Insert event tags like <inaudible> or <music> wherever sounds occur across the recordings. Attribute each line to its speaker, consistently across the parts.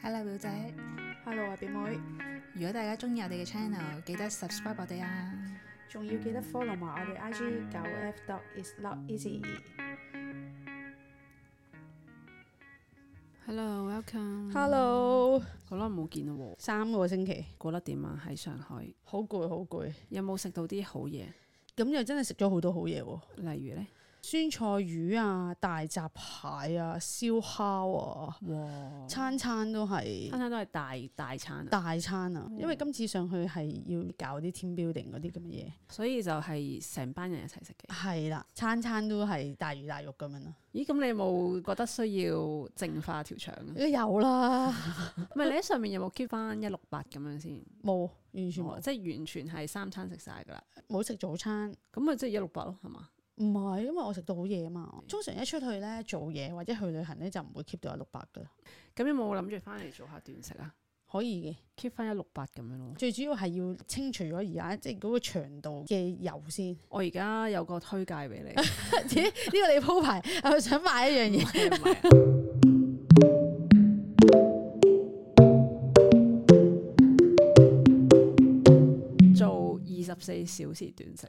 Speaker 1: Hello 表姐，
Speaker 2: Hello 啊，表妹，
Speaker 1: 如果大家中意我哋嘅 channel，記得 subscribe 我哋啊！
Speaker 2: 仲要記得 follow 埋我哋 IG 九 F dot is not easy。
Speaker 3: Hello，welcome。
Speaker 2: Hello，
Speaker 3: 好耐冇見啦喎，
Speaker 2: 三個星期，
Speaker 3: 過得點啊？喺上海
Speaker 2: 好攰好攰，
Speaker 3: 有冇食到啲好嘢？
Speaker 2: 咁又真係食咗好多好嘢喎，
Speaker 3: 例如呢？
Speaker 2: 酸菜魚啊、大閘蟹啊、燒烤啊，
Speaker 3: 哇！
Speaker 2: 餐餐都
Speaker 3: 餐
Speaker 2: 係
Speaker 3: 餐都係大大餐啊，
Speaker 2: 大餐啊，因為今次上去係要搞啲 team building 嗰啲咁嘅嘢，
Speaker 3: 所以就係成班人一齊食嘅。
Speaker 2: 係啦，餐餐都係大魚大肉咁樣啦，
Speaker 3: 咦？咁你有冇覺得需要淨化條腸 <laughs> 啊？
Speaker 2: 有啦，
Speaker 3: 唔係你喺上面有冇 keep 翻一六八咁樣先？
Speaker 2: 冇完全
Speaker 3: 哦
Speaker 2: 冇，
Speaker 3: 即係完全係三餐食晒㗎啦。
Speaker 2: 冇食早餐。
Speaker 3: 咁咪即係一六八咯，係嘛？
Speaker 2: 唔係，因為我食到好夜嘛。
Speaker 3: 嗯
Speaker 2: 通常一出去咧做嘢或者去旅行咧，就唔會 keep 到一六八噶啦。
Speaker 3: 咁有冇諗住翻嚟做下斷食啊
Speaker 2: 可以嘅，
Speaker 3: ？keep 翻一六八咁樣咯。
Speaker 2: 最主要係要清除咗而家即係嗰個腸道嘅油先。
Speaker 3: <laughs>
Speaker 2: 呢
Speaker 3: 我而家有個推介俾你。
Speaker 2: 個你鋪排，我想買一樣嘢。
Speaker 3: 做二十四小時斷食。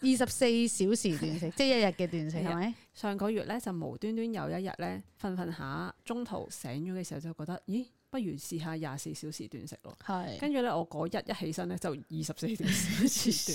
Speaker 2: 二十四小時斷
Speaker 3: <laughs>
Speaker 2: 食，即係一日嘅斷食
Speaker 3: 啊
Speaker 2: 係咪？
Speaker 3: 上個月咧就無端端有一日咧瞓瞓下，中途醒咗嘅時候就覺得，咦，不如試下廿四小時斷食咯。
Speaker 2: 係。
Speaker 3: 跟住咧，我嗰日一起身咧就二十
Speaker 2: <laughs>
Speaker 3: 四小時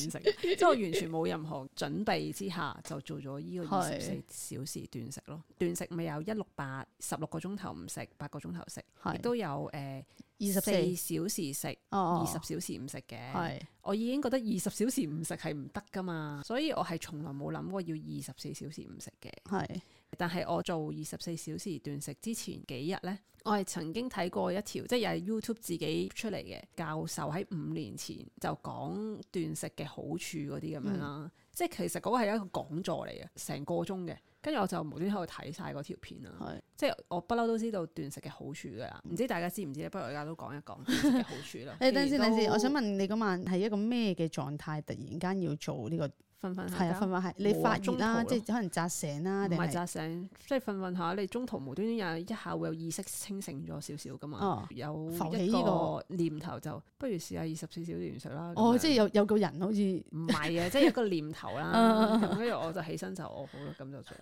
Speaker 3: 斷食，即係我完全冇任何準備之下就做咗呢個二十
Speaker 2: 係
Speaker 3: 四小時斷食咯。斷食咪有一六八十六個鐘頭唔食，八個鐘頭食，亦
Speaker 2: 係
Speaker 3: 都有誒
Speaker 2: 二十四，
Speaker 3: 四小時食，二
Speaker 2: 哦
Speaker 3: 十小時唔食嘅。
Speaker 2: 係
Speaker 3: 我已經覺得二十小時唔食係唔得噶嘛，所以我係從來冇諗過要二十四小時唔食嘅。
Speaker 2: 係
Speaker 3: 但係我做二十四小時斷食之前幾日呢，我係曾經睇過一條，即係又係 YouTube 自己出嚟嘅教授喺五年前就講斷食嘅好處嗰啲咁樣啦。即係其實嗰個係一個講座嚟嘅，成個鐘嘅。跟住我就無端喺度睇晒嗰條片啦。
Speaker 2: 係。
Speaker 3: 即係我不嬲都知道斷食嘅好處㗎啦。唔知大家知唔知咧？不如我而家都講一講斷食嘅好處啦
Speaker 2: 誒等陣先，
Speaker 3: 既然
Speaker 2: 等陣
Speaker 3: 都
Speaker 2: 先，我想問你嗰晚係一個咩嘅狀態？突然間要做呢個
Speaker 3: 瞓瞓下
Speaker 2: 係啊，
Speaker 3: 覺
Speaker 2: 瞓瞓係你
Speaker 3: 冇啊
Speaker 2: 發熱
Speaker 3: 中途咯
Speaker 2: 啦，即係可能扎醒
Speaker 3: 唔
Speaker 2: 啦，啊定
Speaker 3: 係
Speaker 2: 係
Speaker 3: 扎醒，即係瞓瞓下，你中途無端端有一下會有意識清醒咗少少噶嘛，
Speaker 2: 哦
Speaker 3: 有
Speaker 2: 浮起
Speaker 3: 一
Speaker 2: 呢
Speaker 3: 個
Speaker 2: 個
Speaker 3: 念頭就不如試下二十四小時完水啦。
Speaker 2: 哦，
Speaker 3: 咁樣
Speaker 2: 即係有啊有個人好似 <laughs>
Speaker 3: 唔係啊，即係有個念頭啦，咁跟住我就起身就哦好啦，咁就做。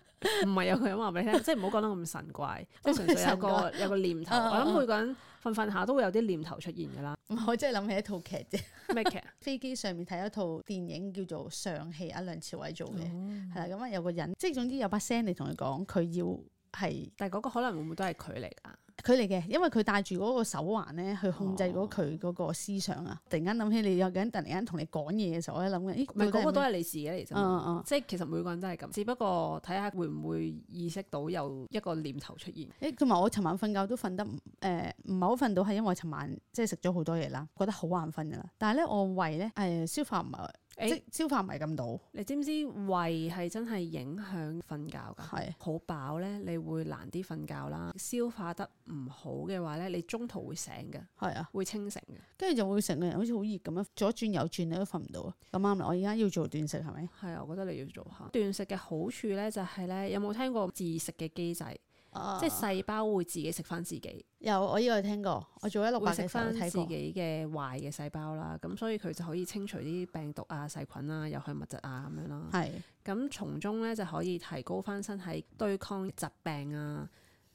Speaker 3: 唔係有啊佢咁話俾你
Speaker 2: <laughs>
Speaker 3: 聽，即係唔好講得咁神怪，即係純粹有個有個念頭。
Speaker 2: 嗯嗯
Speaker 3: 我諗每個人瞓瞓下都會有啲念頭出現㗎啦。
Speaker 2: 我真係諗起一套劇啫，
Speaker 3: 咩劇啊？
Speaker 2: 飛機上面睇一套電影叫做《上戲》，阿梁朝偉做嘅，
Speaker 3: 哦
Speaker 2: 係啦、咁啊有個人，即係總之有把聲嚟同佢講，佢要係
Speaker 3: 但係嗰個可能會唔會都係佢嚟㗎？
Speaker 2: 佢嚟嘅，因為佢戴住嗰個手環咧，去控制
Speaker 3: 哦
Speaker 2: 咗佢嗰個思想啊！突然間諗起你有個人突然間同你講嘢嘅時候，我喺諗緊，咦，
Speaker 3: 唔係嗰個都
Speaker 2: 係
Speaker 3: 係啊你自己嚟啫嘛。
Speaker 2: 嗯嗯，
Speaker 3: 即係其實每個人都係咁，只不過睇下會唔會意識到有一個念頭出現。
Speaker 2: 誒同埋我尋晚瞓覺都瞓得唔誒唔係好瞓到，係因為我尋晚即係食咗好多嘢啦，覺得好眼瞓噶啦。但係咧，我胃咧誒、消化唔係，
Speaker 3: 誒
Speaker 2: 即消化唔係咁到，
Speaker 3: 你知唔知胃係真係影響瞓覺㗎？
Speaker 2: 係
Speaker 3: 好飽呢，你會難啲瞓覺啦。消化得唔好嘅話呢，你中途會醒嘅，
Speaker 2: 係啊。
Speaker 3: 會清醒嘅。
Speaker 2: 跟住就會成個人好似好熱咁樣，左轉右轉你都瞓唔到啊！咁啱啦，我而家要做斷食係咪？
Speaker 3: 係啊，我覺得你要做下斷食嘅好處呢，就係呢，有冇聽過自食嘅機制？
Speaker 2: 啊
Speaker 3: 即係細胞會自己食翻自己，
Speaker 2: 有我呢個聽過，我做一六
Speaker 3: 會
Speaker 2: 八
Speaker 3: 食
Speaker 2: 嘅時候
Speaker 3: 翻
Speaker 2: 睇
Speaker 3: 自
Speaker 2: 過，
Speaker 3: 己嘅壞嘅細胞啦。咁所以佢就可以清除啲病毒啊、細菌啊、有害物質啊咁樣啦。
Speaker 2: 係
Speaker 3: 咁從中咧就可以提高翻身體對抗疾病啊，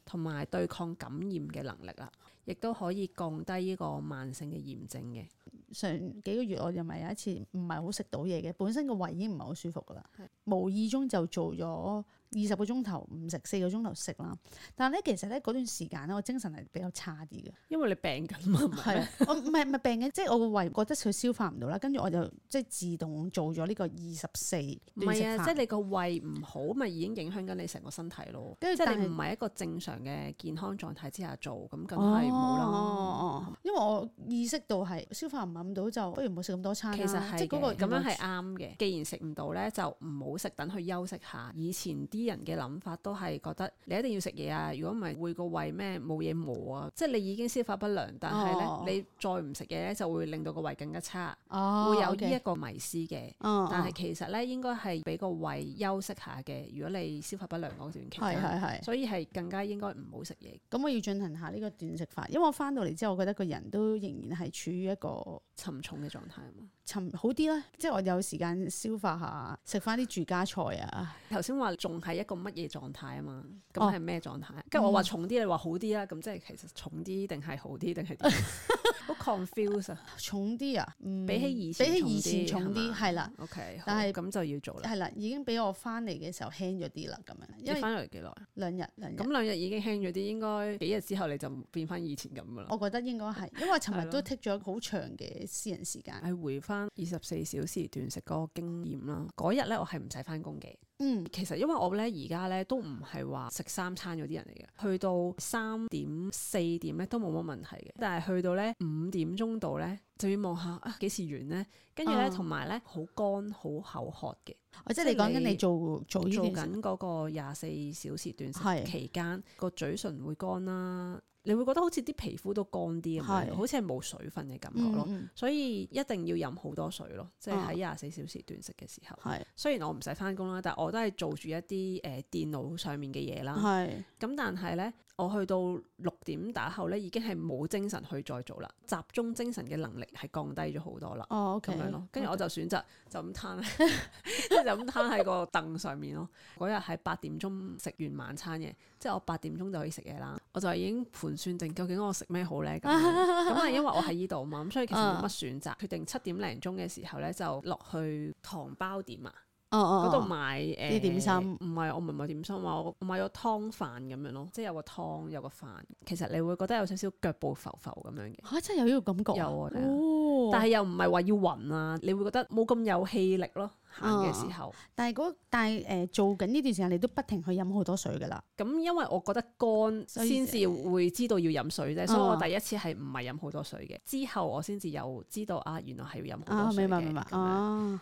Speaker 3: 同埋對抗感染嘅能力啦，亦都可以降低呢個慢性嘅炎症嘅。
Speaker 2: 上幾個月我又咪有一次唔係好食到嘢嘅，本身個胃已經唔係好舒服噶啦，無意中就做咗二十個鐘頭唔食，四個鐘頭食啦。但係咧，其實咧嗰段時間咧，我精神係比較差啲嘅，
Speaker 3: 因為你病緊嘛，唔係
Speaker 2: <laughs> 係
Speaker 3: 咩
Speaker 2: 啊，我唔係唔係病嘅，即係我個胃覺得佢消化唔到啦，跟住我就即係自動做咗呢個二十四
Speaker 3: 唔
Speaker 2: 斷食
Speaker 3: 係啊，即係
Speaker 2: 法，
Speaker 3: 你個胃唔好，咪已經影響緊你成個身體咯。
Speaker 2: 跟
Speaker 3: 即
Speaker 2: 住
Speaker 3: 係你
Speaker 2: 但係
Speaker 3: 唔係一個正常嘅健康狀態之下做，咁梗
Speaker 2: 哦
Speaker 3: 係冇
Speaker 2: 哦
Speaker 3: 啦。
Speaker 2: 哦哦因為我意識到係消化唔係咁到，就不如唔好食咁多餐啦
Speaker 3: 其啊實係
Speaker 2: 即係
Speaker 3: 嘅
Speaker 2: 嗰個
Speaker 3: 咁樣係啱嘅。既然食唔到呢，就唔好食，等佢休息下。以前啲啲人嘅諗法都係覺得你一定要食嘢啊，如果唔係會個胃咩冇嘢磨啊，即係你已經消化不良，但係咧、
Speaker 2: 哦
Speaker 3: 你再唔食嘢咧就會令到個胃更加差，
Speaker 2: 哦，
Speaker 3: 會有呢一
Speaker 2: 一，
Speaker 3: 個迷思嘅。
Speaker 2: 嗯，
Speaker 3: 但係其實咧，應該係俾個胃休息下嘅。如果你消化不良嗰段期
Speaker 2: 係
Speaker 3: 間，
Speaker 2: 係係。
Speaker 3: 所以係更加應該唔好食嘢，
Speaker 2: 咁我要進行下呢個斷食法，因為我翻到嚟之後，我覺得個人都仍然係處於一個
Speaker 3: 沉重嘅狀態啊嘛。
Speaker 2: 沉好啲啦，即係我有時間消化下，食翻啲住家菜啊，
Speaker 3: 頭先話仲係一個乜嘢狀態啊嘛？咁
Speaker 2: 哦嗯
Speaker 3: 係咩狀態？跟住我話重啲，你話好啲啦。咁即係其實重啲定係好啲定係點？
Speaker 2: <laughs>
Speaker 3: 好 confuse 啊！
Speaker 2: 重啲啊，嗯
Speaker 3: 比起以前
Speaker 2: 比起以前
Speaker 3: 重啲
Speaker 2: 重啲，
Speaker 3: 係嘛
Speaker 2: 係啦
Speaker 3: OK，
Speaker 2: 但
Speaker 3: 但係
Speaker 2: 係
Speaker 3: 咁就要做啦。
Speaker 2: 係啦，已經比我翻嚟嘅時候輕咗啲啦，咁樣，
Speaker 3: 你
Speaker 2: 因為嗯
Speaker 3: 翻嚟幾耐？
Speaker 2: 兩日兩日。
Speaker 3: 咁兩日已經輕咗啲，應該幾日之後你就變翻以前咁噶啦。
Speaker 2: 我覺得應該係，因為我尋
Speaker 3: 係
Speaker 2: 日
Speaker 3: 咯
Speaker 2: 都剔咗好長嘅私人時間。
Speaker 3: 係回翻二十四小時斷食嗰個經驗啦。嗰日咧，我係唔使翻工嘅。
Speaker 2: 嗯，
Speaker 3: 其實因為我咧而家咧都唔係話食三餐嗰啲人嚟嘅，去到三點四點咧都冇乜問題嘅，但係去到咧五點鐘度咧就要望下啊幾時完咧，跟住咧
Speaker 2: 哦
Speaker 3: 同埋咧好乾好口渴嘅，
Speaker 2: 我即係你講緊你做做哦呢
Speaker 3: 做
Speaker 2: 件事，
Speaker 3: 緊嗰個廿四小時斷
Speaker 2: 係
Speaker 3: 食期間個嘴唇會乾啦，你會覺得好似啲皮膚都乾啲咁
Speaker 2: 係
Speaker 3: 樣，好似係冇水分嘅感覺
Speaker 2: 嗯
Speaker 3: 咯。
Speaker 2: 嗯，
Speaker 3: 所以一定要飲好多水咯，即係
Speaker 2: 哦
Speaker 3: 喺廿四小時斷食嘅時候。
Speaker 2: 係
Speaker 3: 雖然我唔使翻工啦，但我都係做住一啲誒、呃、電腦上面嘅嘢啦。
Speaker 2: 係
Speaker 3: 咁但係呢，我去到六點打後呢，已經係冇精神去再做啦，集中精神嘅能力係降低咗好多啦。
Speaker 2: 哦
Speaker 3: 咁
Speaker 2: ，OK，
Speaker 3: 樣咯，跟住我就選擇 <laughs> 就咁攤喺， <laughs> 即係就咁攤喺個凳上面咯。嗰日係八點鐘食完晚餐嘅，即係我八點鐘就可以食嘢啦。我就已經盤算定究竟我食咩好呢？咁樣
Speaker 2: <laughs>
Speaker 3: 咁啊，因為我喺依度嘛，咁所以其實冇
Speaker 2: 啊
Speaker 3: 乜選擇。決定七點零鐘嘅時候呢，就落去糖包店啊。
Speaker 2: 哦哦，
Speaker 3: 嗰度
Speaker 2: 哦
Speaker 3: 買誒
Speaker 2: 啲點心
Speaker 3: 唔係我唔係買點心，話我我買咗湯飯咁樣咯，即係有個湯有個飯。其實你會覺得有少少腳步浮浮咁樣嘅，
Speaker 2: 嚇真係有呢個感覺啊，
Speaker 3: 有啊真係
Speaker 2: 哦，
Speaker 3: 但係又唔係話要暈啊，你會覺得冇咁有氣力
Speaker 2: 哦
Speaker 3: 咯行嘅時候。
Speaker 2: 但係嗰但係誒做緊呢段時間，你都不停去飲好多水㗎啦。
Speaker 3: 咁因為我覺得乾
Speaker 2: 所以
Speaker 3: 先至會知道要飲水啫，所以我
Speaker 2: 哦
Speaker 3: 第一次係唔係飲好多水嘅，之後我先至有知道啊，原來係要飲好
Speaker 2: 啊，
Speaker 3: 多水
Speaker 2: 明白
Speaker 3: 嘅
Speaker 2: 明白
Speaker 3: 咁樣
Speaker 2: 啊，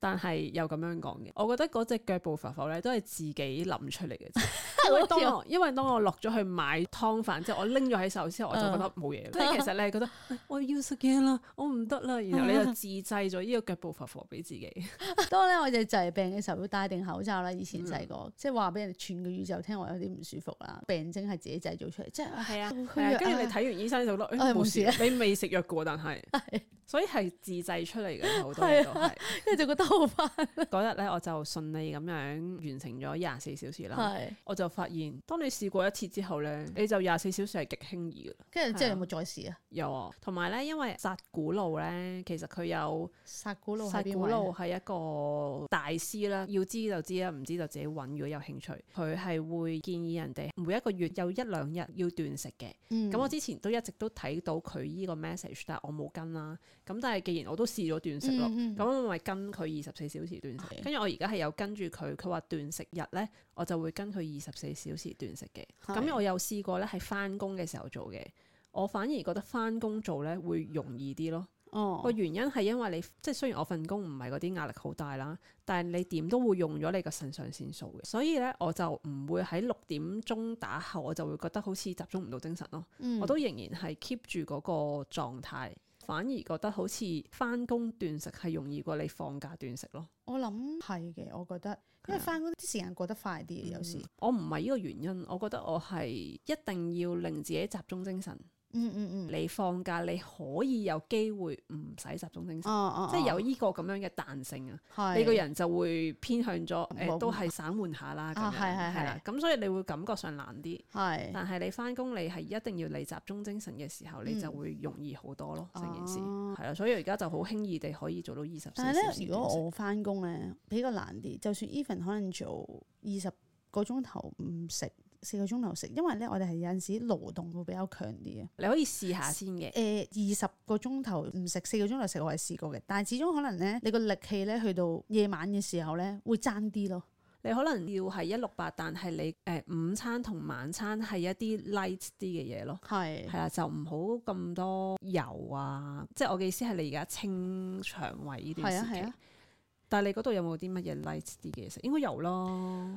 Speaker 3: 但係又咁樣講嘅，我覺得嗰只腳步浮浮咧都係自己諗出嚟嘅
Speaker 2: <laughs>
Speaker 3: 啫。因為當我因為當我落咗去買湯飯之後，我拎咗喺手之後，我就覺
Speaker 2: 嗯
Speaker 3: 得冇嘢啦。即係其實你係覺得哎我要食嘢啦，我唔得啦，然後
Speaker 2: 嗯
Speaker 3: 你就自製咗呢個腳步浮浮俾自己。
Speaker 2: 當咧我隻仔病嘅時候，要戴定口罩啦。以前細個
Speaker 3: 嗯
Speaker 2: 即係話俾人哋全個宇宙聽我有啲唔舒服啦，病徵係自己製造出嚟，即係
Speaker 3: 係啊，
Speaker 2: 好虛
Speaker 3: 係啊
Speaker 2: 弱
Speaker 3: 跟住
Speaker 2: 啊
Speaker 3: 你睇完醫生就覺得哎
Speaker 2: 哎
Speaker 3: 冇
Speaker 2: 冇事啊
Speaker 3: 事，你未食藥嘅喎，但係
Speaker 2: <laughs> 係啊
Speaker 3: 所以係自製出嚟嘅好多嘢都係。
Speaker 2: 跟住就覺得
Speaker 3: <laughs>
Speaker 2: 好翻。
Speaker 3: 嗰日咧我就順利咁樣完成咗廿四小時啦。
Speaker 2: 係，
Speaker 3: 我就發現，當你試過一次之後咧，你就廿四小時係極輕易嘅啦。
Speaker 2: 跟住之後有冇再試啊？
Speaker 3: 有啊，同埋咧，因為薩古路咧，其實佢有
Speaker 2: 殺古路喺
Speaker 3: 薩
Speaker 2: 邊
Speaker 3: 古
Speaker 2: 位
Speaker 3: 路
Speaker 2: 啊？
Speaker 3: 係一個大師啦，要知就知啦，唔知就自己揾。如果有興趣，佢係會建議人哋每一個月有一兩日要斷食嘅。
Speaker 2: 嗯
Speaker 3: 咁、我之前都一直都睇到佢依個 message，但係我冇跟啦。咁但係既然我都試咗斷食咯，
Speaker 2: 嗯嗯
Speaker 3: 咁我咪跟佢二十四小時斷食。
Speaker 2: 係
Speaker 3: 跟住我而家係有跟住佢，佢話斷食日咧，我就會跟佢二十四小時斷食嘅。
Speaker 2: 係
Speaker 3: 咁我有試過咧，係翻工嘅時候做嘅。我反而覺得翻工做咧會容易啲咯。個、
Speaker 2: 哦，
Speaker 3: 原因係因為你即係雖然我份工唔係嗰啲壓力好大啦，但係你點都會用咗你個腎上腺素嘅，所以咧我就唔會喺六點鐘打後我就會覺得好似集中唔到精神咯。
Speaker 2: 嗯
Speaker 3: 我都仍然係 keep 住嗰個狀態，反而覺得好似翻工斷食係容易過你放假斷食咯。
Speaker 2: 我諗係嘅，我覺得，
Speaker 3: 啊
Speaker 2: 因為翻工啲時間過得快
Speaker 3: 嗯
Speaker 2: 啲，啊有時，
Speaker 3: 我唔係呢個原因，我覺得我係一定要令自己集中精神。
Speaker 2: 嗯嗯嗯，
Speaker 3: 你放假你可以有機會唔使集中精神，
Speaker 2: 哦哦，
Speaker 3: 即係有
Speaker 2: 哦
Speaker 3: 呢個咁樣嘅彈性啊。
Speaker 2: 係
Speaker 3: 你個人就會偏向咗誒、
Speaker 2: 冇
Speaker 3: 都係散緩下啦，咁
Speaker 2: 啊
Speaker 3: 樣
Speaker 2: 係係
Speaker 3: 係啦。咁所以你會感覺上難啲，
Speaker 2: 係
Speaker 3: 但係你翻工你係一定要你集中精神嘅時候，你就
Speaker 2: 嗯
Speaker 3: 會容易好多咯。成件事
Speaker 2: 哦
Speaker 3: 係啦，所以而家就好輕易地可以做到二十四
Speaker 2: 但
Speaker 3: 小
Speaker 2: 係
Speaker 3: 時
Speaker 2: 咧，如果
Speaker 3: 斷食
Speaker 2: 我翻工咧比較難啲，就算 even 可能做二十個鐘頭唔食，四個鐘頭食，因為咧我哋係有陣時勞動會比較強啲嘅。
Speaker 3: 你可以試下先嘅，
Speaker 2: 誒二十個鐘頭唔食，四個鐘頭食，我係試過嘅。但係始終可能咧，你個力氣咧去到夜晚嘅時候咧，會爭啲咯。
Speaker 3: 你可能要係一六八，但係你誒、午餐同晚餐係一啲 light 啲嘅嘢咯。
Speaker 2: 係
Speaker 3: 係啦，就唔好咁多油啊！即係我嘅意思係你而家清腸胃呢
Speaker 2: 係
Speaker 3: 段
Speaker 2: 啊
Speaker 3: 時期，
Speaker 2: 係啊，
Speaker 3: 但係你嗰度有冇啲乜嘢 light 啲嘅嘢食？應該有咯，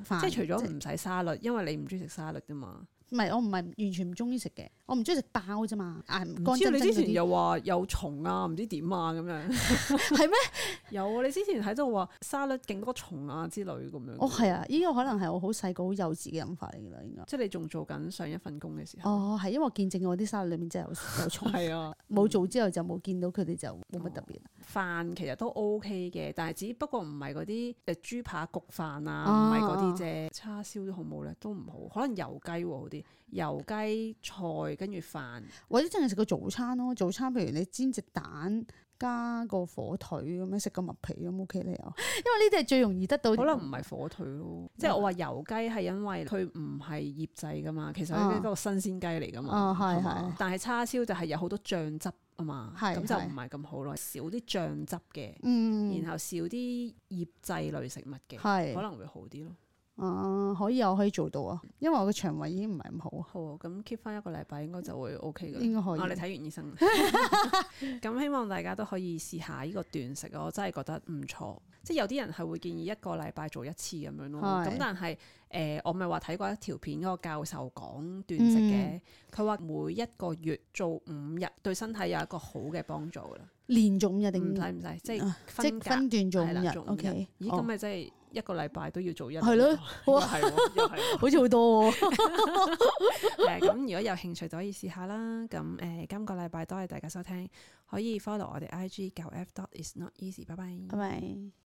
Speaker 2: 飯
Speaker 3: 即係除咗
Speaker 2: 即係
Speaker 3: 唔使沙律，因為你唔中意食沙律噶嘛。
Speaker 2: 唔係我唔係完全唔中意食嘅，我唔中意食包啫嘛，啊乾
Speaker 3: 唔知
Speaker 2: 蒸
Speaker 3: 你
Speaker 2: 蒸
Speaker 3: 之
Speaker 2: 嗰
Speaker 3: 前
Speaker 2: 啲
Speaker 3: 又話有蟲啊，唔知點啊咁樣，
Speaker 2: <laughs> 係咩？
Speaker 3: <laughs> 有啊！你之前喺度話沙律勁多蟲啊之類咁樣。
Speaker 2: 哦係啊，呢個可能係我好細個好幼稚嘅諗法嚟㗎啦，應該。
Speaker 3: 即係你仲做緊上一份工嘅時候。
Speaker 2: 哦，係因為我見證我啲沙律裏面真係
Speaker 3: <laughs>
Speaker 2: 有有蟲，
Speaker 3: 係啊，哦
Speaker 2: 冇做之後就冇見到佢哋就冇乜特別。
Speaker 3: 飯其實都 OK 嘅，但係只不過唔係嗰啲誒豬扒焗飯啊，
Speaker 2: 啊
Speaker 3: 唔係嗰啲啫。叉燒都好冇咧，都唔好，可能油雞喎好啲，油雞菜跟住飯。
Speaker 2: 或者淨係食個早餐咯，早餐譬如你煎隻蛋加個火腿咁樣食個麥皮咁 OK
Speaker 3: <laughs>
Speaker 2: 你又，因為呢啲係最容易得到。
Speaker 3: 可能唔係火腿咯，即係我話油雞係因為佢唔係醃製噶嘛，其實佢係一個新鮮雞嚟噶嘛，
Speaker 2: 啊係
Speaker 3: 係嘛
Speaker 2: 係
Speaker 3: 但係叉燒就係有好多醬汁啊嘛，
Speaker 2: 係
Speaker 3: 咁就
Speaker 2: 係
Speaker 3: 唔係咁好咯，少啲醬汁嘅，
Speaker 2: 嗯
Speaker 3: 然後少啲醃製類食物嘅，可
Speaker 2: 係
Speaker 3: 能會好啲咯。
Speaker 2: 啊可以我可以做到啊，因為我嘅腸胃已經唔係咁好啊，
Speaker 3: 好，咁 keep 翻一個禮拜應該就會 OK 噶啦。
Speaker 2: 應該
Speaker 3: 我
Speaker 2: 可
Speaker 3: 哋
Speaker 2: 以。
Speaker 3: 啊哦睇完醫
Speaker 2: <laughs>
Speaker 3: 生，咁希望大家都可以試下呢個斷食，我真係覺得唔錯。即係有啲人係會建議一個禮拜做一次咁樣咯。
Speaker 2: 係
Speaker 3: 咁但係誒、呃我咪話睇過一條片，嗰個教授講斷食
Speaker 2: 嗯
Speaker 3: 嘅，佢話、每一個月做五日，對身體有一個好嘅幫助啦。
Speaker 2: 連續五日
Speaker 3: 唔
Speaker 2: 定
Speaker 3: 使唔使，即係
Speaker 2: 啊即
Speaker 3: 分隔
Speaker 2: 分段做五
Speaker 3: 係啦
Speaker 2: 日
Speaker 3: 做五
Speaker 2: ，OK？
Speaker 3: 咦，咁
Speaker 2: 哦
Speaker 3: 咪即係一個禮拜都要做一
Speaker 2: 係咯
Speaker 3: 日喎，係喎，又係喎。
Speaker 2: 好似好多喎。
Speaker 3: 誒咁，如果有興趣就可以試下啦。咁誒、今個禮拜多謝大家收聽，可以 follow 我哋 IG 九 F dot is not easy。拜拜
Speaker 2: 拜。拜。